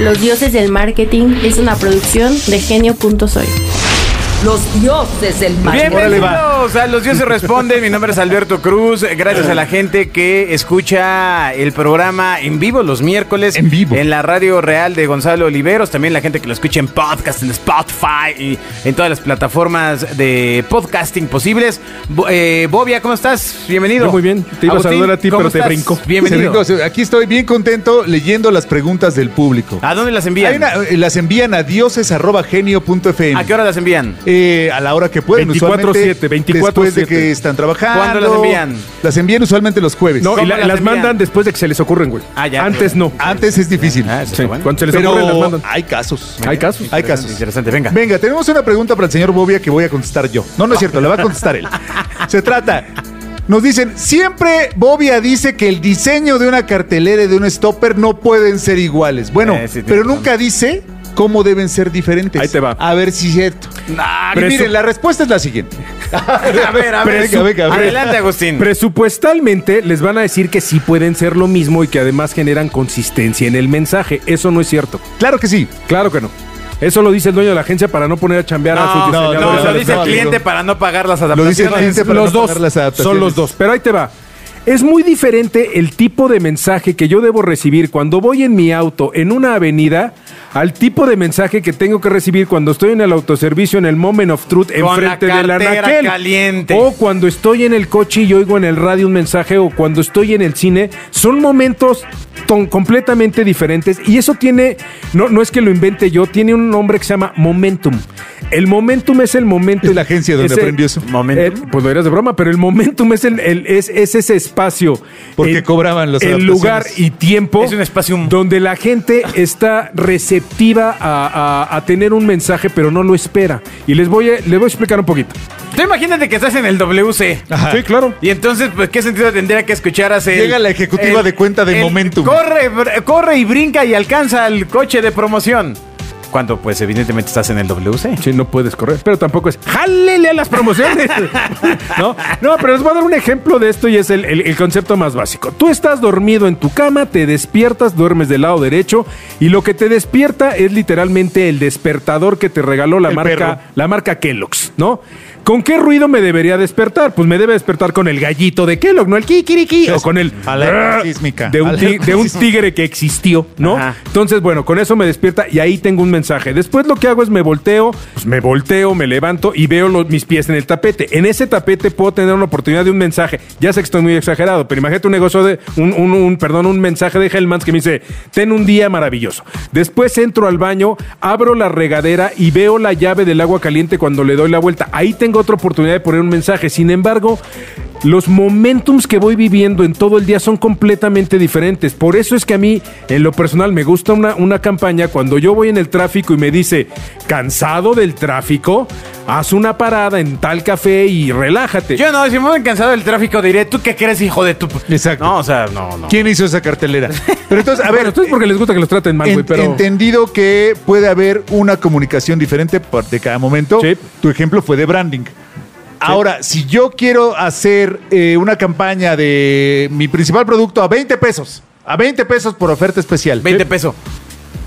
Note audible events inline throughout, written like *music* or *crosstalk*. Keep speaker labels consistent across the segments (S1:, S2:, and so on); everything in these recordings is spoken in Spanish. S1: Los dioses del marketing es una producción de genio.soy.
S2: Los dioses del marketing.
S3: Bienvenidos a Los Dioses Responden. Mi nombre es Alberto Cruz. Gracias a la gente que escucha el programa en vivo los miércoles.
S4: En vivo.
S3: En la radio real de Gonzalo Oliveros. También la gente que lo escucha en podcast, en Spotify y en todas las plataformas de podcasting posibles. Bo- eh, Bobia, ¿cómo estás? Bienvenido.
S4: Yo muy bien. Te iba a saludar a ti,
S3: ¿cómo
S4: pero te brincó.
S3: Bienvenido.
S5: Entonces, Aquí estoy bien contento leyendo las preguntas del público.
S3: ¿A dónde las envían?
S5: Hay una- eh, las envían a dioses.genio.fm.
S3: ¿A qué hora las
S4: *laughs*
S3: envían?
S5: Eh, a la hora que pueden,
S4: 24/7,
S5: usualmente.
S4: 24/7.
S5: Después de que están trabajando.
S3: ¿Cuándo las envían?
S5: Las envían usualmente los jueves.
S4: No, y
S3: ¿Cómo
S4: la-
S3: las
S4: las
S3: envían?
S4: mandan después de que se les ocurren, güey.
S3: Ah, ya.
S4: Antes no.
S5: Antes es difícil.
S3: Ah, eso
S4: Sí,
S3: está bueno.
S4: Cuando se les ocurren, las
S5: Pero
S4: mandan.
S5: hay casos.
S3: Ah,
S4: Hay casos.
S5: Hay casos.
S3: Interesante, venga. Ah.
S5: Venga, tenemos una pregunta para el señor Bobia que voy a contestar yo. No, no es cierto, la va a contestar él. Se trata. Nos dicen, siempre Bobia dice que el diseño de una cartelera y de un stopper no pueden ser iguales. Bueno,
S3: Eh, sí, tiene
S5: pero
S3: razón.
S5: nunca dice cómo deben ser diferentes.
S4: Ahí te va.
S5: A ver si es cierto.
S3: Nah,
S5: Y
S4: Pero
S5: miren,
S4: eso-
S5: la respuesta es la siguiente.
S3: a ver, a ver.
S5: Venga, venga, venga.
S3: Adelante, Agustín.
S4: Presupuestalmente les van a decir que sí pueden ser lo mismo y que además generan consistencia en el mensaje. Eso no es cierto.
S5: Claro que sí.
S4: Claro que no. Eso lo dice el dueño de la agencia para no poner a chambear a sus
S3: No, no,
S4: diseñadores.
S3: no, lo
S5: no,
S3: dice el
S5: no,
S3: cliente
S5: amigo.
S3: para no pagar las adaptaciones.
S5: Lo dice el cliente para
S4: los
S5: no
S4: dos
S5: pagar las adaptaciones.
S4: son los dos, pero ahí te va. Es muy diferente el tipo de mensaje que yo debo recibir cuando voy en mi auto en una avenida al tipo de mensaje que tengo que recibir cuando estoy en el autoservicio en el Moment of Truth
S3: la
S4: enfrente del
S3: cartera
S4: anaquel
S3: caliente.
S4: o cuando estoy en el coche y oigo en el radio un mensaje o cuando estoy en el cine son momentos ton- completamente diferentes y eso tiene no no es que lo invente yo tiene un nombre que se llama momentum. El momentum es el momento
S5: Es la agencia donde
S4: ese-
S5: aprendió eso.
S4: eh, pues lo dirás de broma, pero el momentum es, el, el- es, es ese espacio.
S5: Porque
S4: el-
S5: cobraban las
S4: El
S5: adaptaciones.
S4: lugar y tiempo.
S3: Es un espacium.
S4: Donde la gente está receptiva a, a- a tener un mensaje, pero no lo espera. Y les voy a, les voy a explicar un poquito.
S3: Tú imagínate que estás en el WC.
S4: Sí, claro.
S3: Y entonces, pues, ¿qué sentido tendría que escucharas el...
S5: Llega la ejecutiva de cuenta de Momentum.
S3: Corre, br- corre y brinca y alcanza el coche de promoción. Cuando, pues, evidentemente estás en el WC.
S4: Sí, no puedes correr, pero tampoco es ¡jálele a las promociones! *laughs* ¿No? no, pero les voy a dar un ejemplo de esto y es el, el- el concepto más básico. Tú estás dormido en tu cama, te despiertas, duermes del lado derecho y lo que te despierta es literalmente el despertador que te regaló la
S5: El
S4: marca
S5: perro.
S4: la marca Kellogg's, ¿no? ¿Con qué ruido me debería despertar? Pues me debe despertar con el gallito de Kellogg, ¿no? El
S5: *laughs*
S4: kikiriki o con el "Ah",
S5: Alerta sísmica.
S4: de un, ti-
S5: Alerta
S4: de un
S5: sísmica.
S4: tigre que existió, ¿no?
S3: Ajá.
S4: Entonces, bueno, con eso me despierta y ahí tengo un mensaje. Después lo que hago es me volteo, pues me volteo, me levanto y veo los- mis pies en el tapete. En ese tapete puedo tener una oportunidad de un mensaje. Ya sé que estoy muy exagerado, pero imagínate un negocio de un, un- un- perdón, un mensaje de Hellmans que me dice, "Ten un día maravilloso." Después entro al baño, abro la regadera y veo la llave del agua caliente cuando le doy la vuelta. Ahí tengo otra oportunidad de poner un mensaje. Sin embargo, los momentums que voy viviendo en todo el día son completamente diferentes. Por eso es que a mí, en lo personal, me gusta una, una campaña cuando yo voy en el tráfico y me dice, cansado del tráfico, haz una parada en tal café y relájate.
S3: Yo no, si me voy cansado del tráfico, diré, ¿tú qué crees, hijo de tu...? p-?"
S5: Exacto.
S3: No, o sea, no, no.
S5: ¿Quién hizo esa cartelera? Pero entonces, a
S4: a ver,
S5: ver,
S4: esto es porque les gusta que los traten mal, güey,
S5: Ent-
S4: pero...
S5: Entendido que puede haber una comunicación diferente por- de cada momento.
S4: Sí.
S5: Tu ejemplo fue de branding. Ahora, si yo quiero hacer eh, una campaña de mi principal producto a 20 pesos, a 20 pesos por oferta especial,
S3: 20 pesos.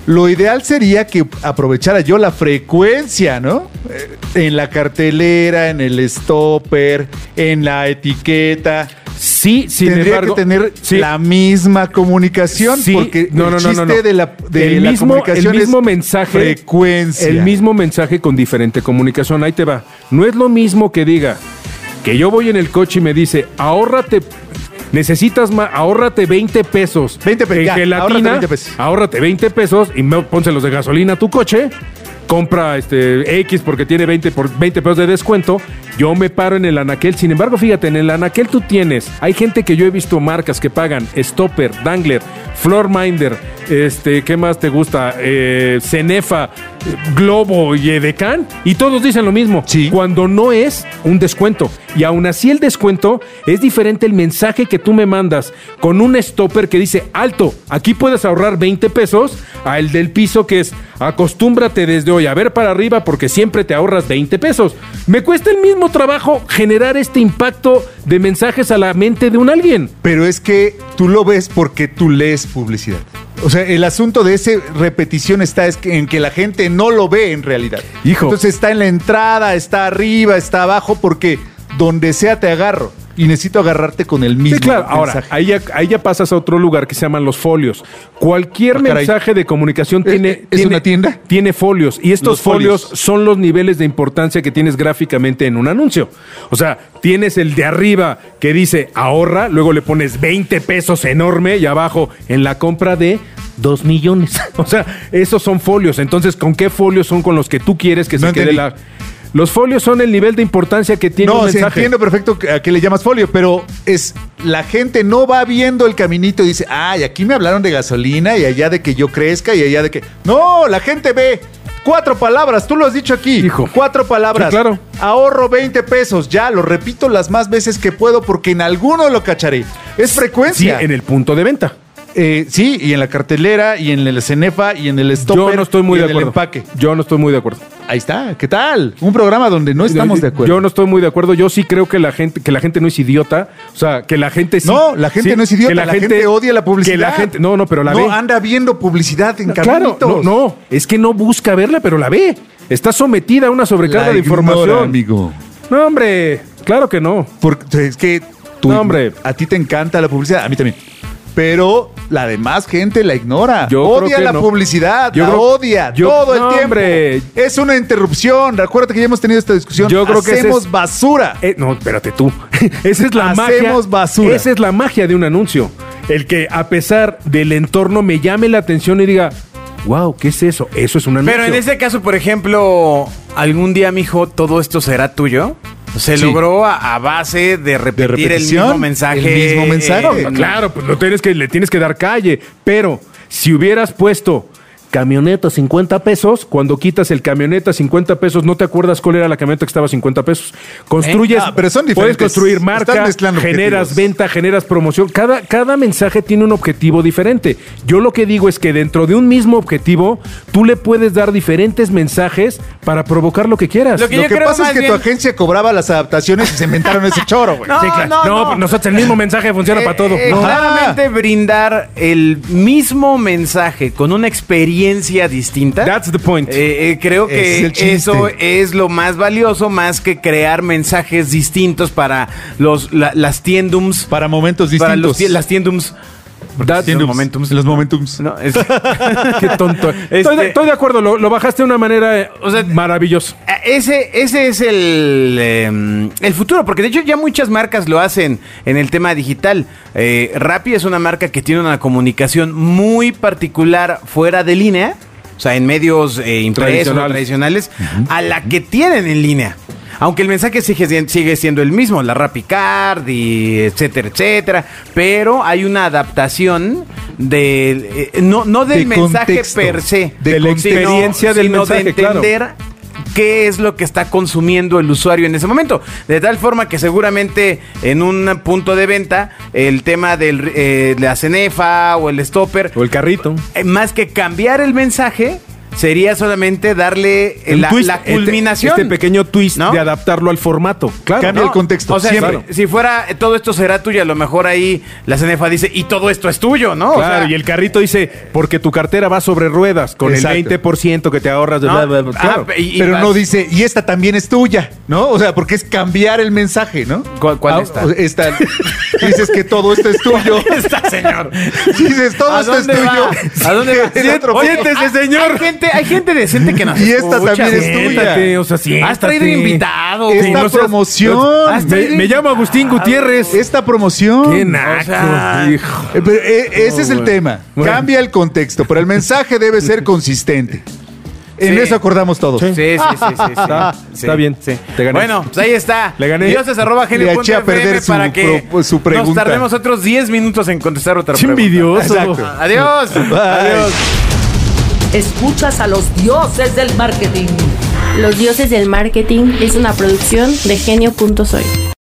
S5: lo ideal sería que aprovechara yo la frecuencia, ¿no? Eh, en la cartelera, en el stopper, en la etiqueta.
S4: Sí, sin
S5: Tendría
S4: embargo...
S5: que tener
S4: sí.
S5: la misma comunicación
S4: Sí,
S5: porque
S4: no, no,
S5: el
S4: no, no,
S5: chiste
S4: no.
S5: de la, de
S4: El
S5: la
S4: mismo- el
S5: comunicación
S4: mismo
S5: es
S4: mensaje,
S5: frecuencia.
S4: El mismo mensaje con diferente comunicación. Ahí te va. No es lo mismo que diga que yo voy en el coche y me dice, ahórrate. Necesitas más, ahórrate 20 pesos.
S5: 20 pe-
S4: En
S5: ya,
S4: gelatina,
S5: ahórrate
S4: ahórrate
S5: 20
S4: 20
S5: pesos.
S4: pesos. y me- pónselos de gasolina a tu coche. Compra este X porque tiene 20 por 20 pesos de descuento. Yo me paro en el anaquel. Sin embargo, fíjate, en el anaquel tú tienes. Hay gente que yo he visto marcas que pagan Stopper, Dangler, Floorminder, este, ¿qué más te gusta? Eh, Cenefa, Globo y Edecan. Y todos dicen lo mismo.
S5: Sí.
S4: Cuando no es un descuento. Y aún así el descuento es diferente el mensaje que tú me mandas con un stopper que dice, alto, aquí puedes ahorrar 20 pesos, a el del piso que es, acostúmbrate desde hoy a ver para arriba porque siempre te ahorras 20 pesos. Me cuesta el mismo trabajo generar este impacto de mensajes a la mente de un alguien.
S5: Pero es que tú lo ves porque tú lees publicidad. O sea, el asunto de esa repetición está es que- en que la gente no lo ve en realidad.
S4: Hijo.
S5: Entonces está en la entrada, está arriba, está abajo, porque donde sea te agarro. Y necesito agarrarte con el mismo.
S4: Sí, claro. Ahora,
S5: mensaje.
S4: ahí ya, ahí ya pasas a otro lugar que se llaman los folios. Cualquier
S5: Ah, caray.
S4: mensaje de comunicación
S5: ¿Es-
S4: tiene.
S5: es
S4: tiene-
S5: una tienda?
S4: Tiene folios. Y estos
S5: Los folios.
S4: folios. son los niveles de importancia que tienes gráficamente en un anuncio. O sea, tienes el de arriba que dice ahorra, luego le pones 20 pesos enorme y abajo en la compra de. 2 millones. *laughs* O sea, esos son folios. Entonces, ¿con qué folios son con los que tú quieres que
S5: No
S4: se quede
S5: entendí.
S4: la. Los folios son el nivel de importancia que tiene un
S5: No, se
S4: mensaje.
S5: entiendo perfecto que- a qué le llamas folio, pero es la gente no va viendo el caminito y dice, ay, aquí me hablaron de gasolina y allá de que yo crezca y allá de que. No, la gente ve cuatro palabras, tú lo has dicho aquí.
S4: Hijo.
S5: Cuatro palabras.
S4: Sí, claro.
S5: Ahorro 20 pesos, ya, lo repito las más veces que puedo porque en alguno lo cacharé. Es
S4: Sí,
S5: frecuencia.
S4: en el punto de venta.
S5: Eh, sí, y en la cartelera, y en el cenefa, y en el stopper.
S4: Yo no estoy
S5: y
S4: muy de
S5: en el
S4: acuerdo.
S5: empaque.
S4: Yo no estoy muy de acuerdo.
S5: Ahí está, ¿qué tal? Un programa donde no estamos de acuerdo.
S4: Yo no estoy muy de acuerdo. Yo sí creo que la gente, que la gente no es idiota. O sea, que la gente sí.
S5: No, la gente
S4: sí,
S5: no es idiota,
S4: que
S5: la, gente, odia la publicidad.
S4: Que la gente, no, no, pero la ve.
S5: No anda viendo publicidad en
S4: claro, no,
S5: caminitos.
S4: no, es que no busca verla, pero la ve. Está sometida a una sobrecarga
S5: La
S4: de
S5: ignora,
S4: información.
S5: amigo.
S4: No, hombre, claro que no.
S5: Porque es que tú,
S4: No, hombre.
S5: a ti te encanta la publicidad, a mí también. Pero la demás gente la ignora.
S4: Yo
S5: odia
S4: creo que
S5: la
S4: no.
S5: publicidad,
S4: Yo
S5: la
S4: creo-
S5: odia
S4: yo-
S5: todo el
S4: no,
S5: tiempo.
S4: hombre.
S5: Es una interrupción. Acuérdate que ya hemos tenido esta discusión.
S4: Yo creo que ese
S5: hacemos
S4: es-
S5: basura.
S4: Eh, no, espérate tú. *laughs* Esa es la magia.
S5: Hacemos basura.
S4: Esa es la magia de un anuncio. El que, a pesar del entorno, me llame la atención y diga, wow, ¿qué es eso? Eso es un anuncio.
S3: Pero en ese caso, por ejemplo, algún día, mijo, todo esto será tuyo. Se
S5: Sí.
S3: logró a, a base de repetir el
S5: repetición,
S3: mismo mensaje.
S5: el mismo mensaje.
S3: Eh,
S4: No, claro, pues lo tienes que, le tienes que dar calle. Pero si hubieras puesto camioneta 50 pesos, cuando quitas el camioneta 50 pesos, no te acuerdas cuál era la camioneta que estaba a 50 pesos. Construyes,
S5: ¿Eh? Ah, pero son
S4: puedes
S5: diferentes.
S4: construir
S5: Estás
S4: marca,
S5: mezclando
S4: generas
S5: objetivos.
S4: venta, generas promoción. Cada, cada mensaje tiene un objetivo diferente. Yo lo que digo es que dentro de un mismo objetivo, tú le puedes dar diferentes mensajes para provocar lo que quieras.
S3: Lo que
S5: Lo
S3: yo
S5: que
S3: creo
S5: pasa es
S3: más
S5: que tu
S3: bien-
S5: agencia cobraba las adaptaciones y se inventaron
S4: *laughs*
S5: ese choro, güey.
S3: No,
S4: Sí, claro.
S3: no, no.
S4: pues nosotros el mismo mensaje funciona
S3: eh,
S4: para todo.
S3: eh,
S4: No.
S3: Claramente brindar el mismo mensaje con una experiencia distinta.
S4: That's the point.
S3: Eh, eh, creo
S5: Ese es
S3: que
S5: el chiste.
S3: eso es lo más valioso, más que crear mensajes distintos para los, la- las tiendums.
S5: Para momentos
S3: Para los
S5: distintos.
S3: tie- las tiendums.
S4: That's-
S3: Los momentums.
S5: Los momentums.
S3: No, es-
S4: Qué tonto. Estoy, de,
S3: *laughs* Este-
S4: estoy de acuerdo, lo, lo bajaste de una manera eh,
S3: O sea,
S4: maravillosa.
S3: Eh, Ese, ese es el, eh, el futuro, porque de hecho ya muchas marcas lo hacen en el tema digital. Eh, Rappi es una marca que tiene una comunicación muy particular fuera de línea, o sea, en medios eh, impresos o tradicionales, a la que tienen en línea. Aunque el mensaje sigue, sien- sigue siendo el mismo, la Rappi Card y etcétera, etcétera. Pero hay una adaptación del. eh, no, no del
S5: De
S3: mensaje
S5: contexto,
S3: per se.
S5: de
S3: sino-
S4: experiencia del mensaje, claro.
S3: entender qué es lo que está consumiendo el usuario en ese momento. De tal forma que seguramente en un punto de venta el tema del, eh, la cenefa o el stopper,
S4: O el carrito.
S3: eh, más que cambiar el mensaje, sería solamente darle eh,
S4: Un
S3: la,
S4: twist,
S3: la
S4: este-
S3: culminación.
S4: Este, pequeño twist
S3: ¿No?
S4: de adaptarlo al formato. Claro.
S5: Cambia el contexto,
S3: O sea,
S5: siempre.
S3: si- si fuera eh, todo esto será tuyo, a lo mejor ahí la cenefa dice, y todo esto es tuyo, ¿no? O
S4: Claro,
S3: sea,
S4: y el carrito dice, porque tu cartera va sobre ruedas, con
S5: Exacto.
S4: el 20% que te ahorras de...
S3: ¿no?
S4: bla, bla,
S3: Ah,
S4: bla. Claro.
S3: y- y
S5: Pero
S3: vas-
S5: no dice, y esta también es tuya, ¿no? O sea, porque es cambiar el mensaje, ¿no?
S3: ¿Cuál- cuál
S5: Ah,
S3: esta?
S5: o- Esta. Dices que todo esto es tuyo.
S3: *laughs* Está,
S4: *laughs*
S3: señor.
S5: Dices, todo
S3: ¿A
S5: esto es
S3: dónde va?
S5: tuyo.
S3: ¿A dónde
S5: *laughs*
S3: va?
S5: El otro-
S3: Siéntese, señor. Hay gente, hay gente decente que nos
S5: Y esta
S3: escucha.
S5: también es
S4: Siéntate,
S5: tuya.
S4: o sea, siéntate.
S3: Has traído invitados.
S5: Esta
S4: Sí, no seas-
S5: promoción.
S4: Has traído Me, me llamo Agustín Gutiérrez.
S5: Esta promoción.
S4: Qué naco,
S3: Ah, o sea,
S4: hijo.
S5: Eh, pero, eh, ese es el tema.
S4: Bueno.
S5: Cambia el contexto, pero el mensaje debe ser consistente. En
S3: Sí.
S5: eso acordamos todos.
S3: Sí, sí, sí, sí,
S5: *laughs*
S3: sí,
S4: Está-
S3: sí.
S4: está bien.
S3: sí.
S4: Te gané.
S3: Bueno, pues ahí está.
S4: Le gané.
S3: Dioses arroba
S5: Le
S3: gmail punto
S5: eché a
S3: FM
S5: perder su
S3: para que
S5: pro- su
S3: nos
S5: pregunta.
S3: tardemos otros 10 minutos en contestar otra
S4: Qué
S3: pregunta.
S4: envidioso.
S5: Exacto.
S3: Adiós. Adiós.
S2: Escuchas a los dioses del marketing.
S1: Los dioses del marketing es una producción de genio.soy.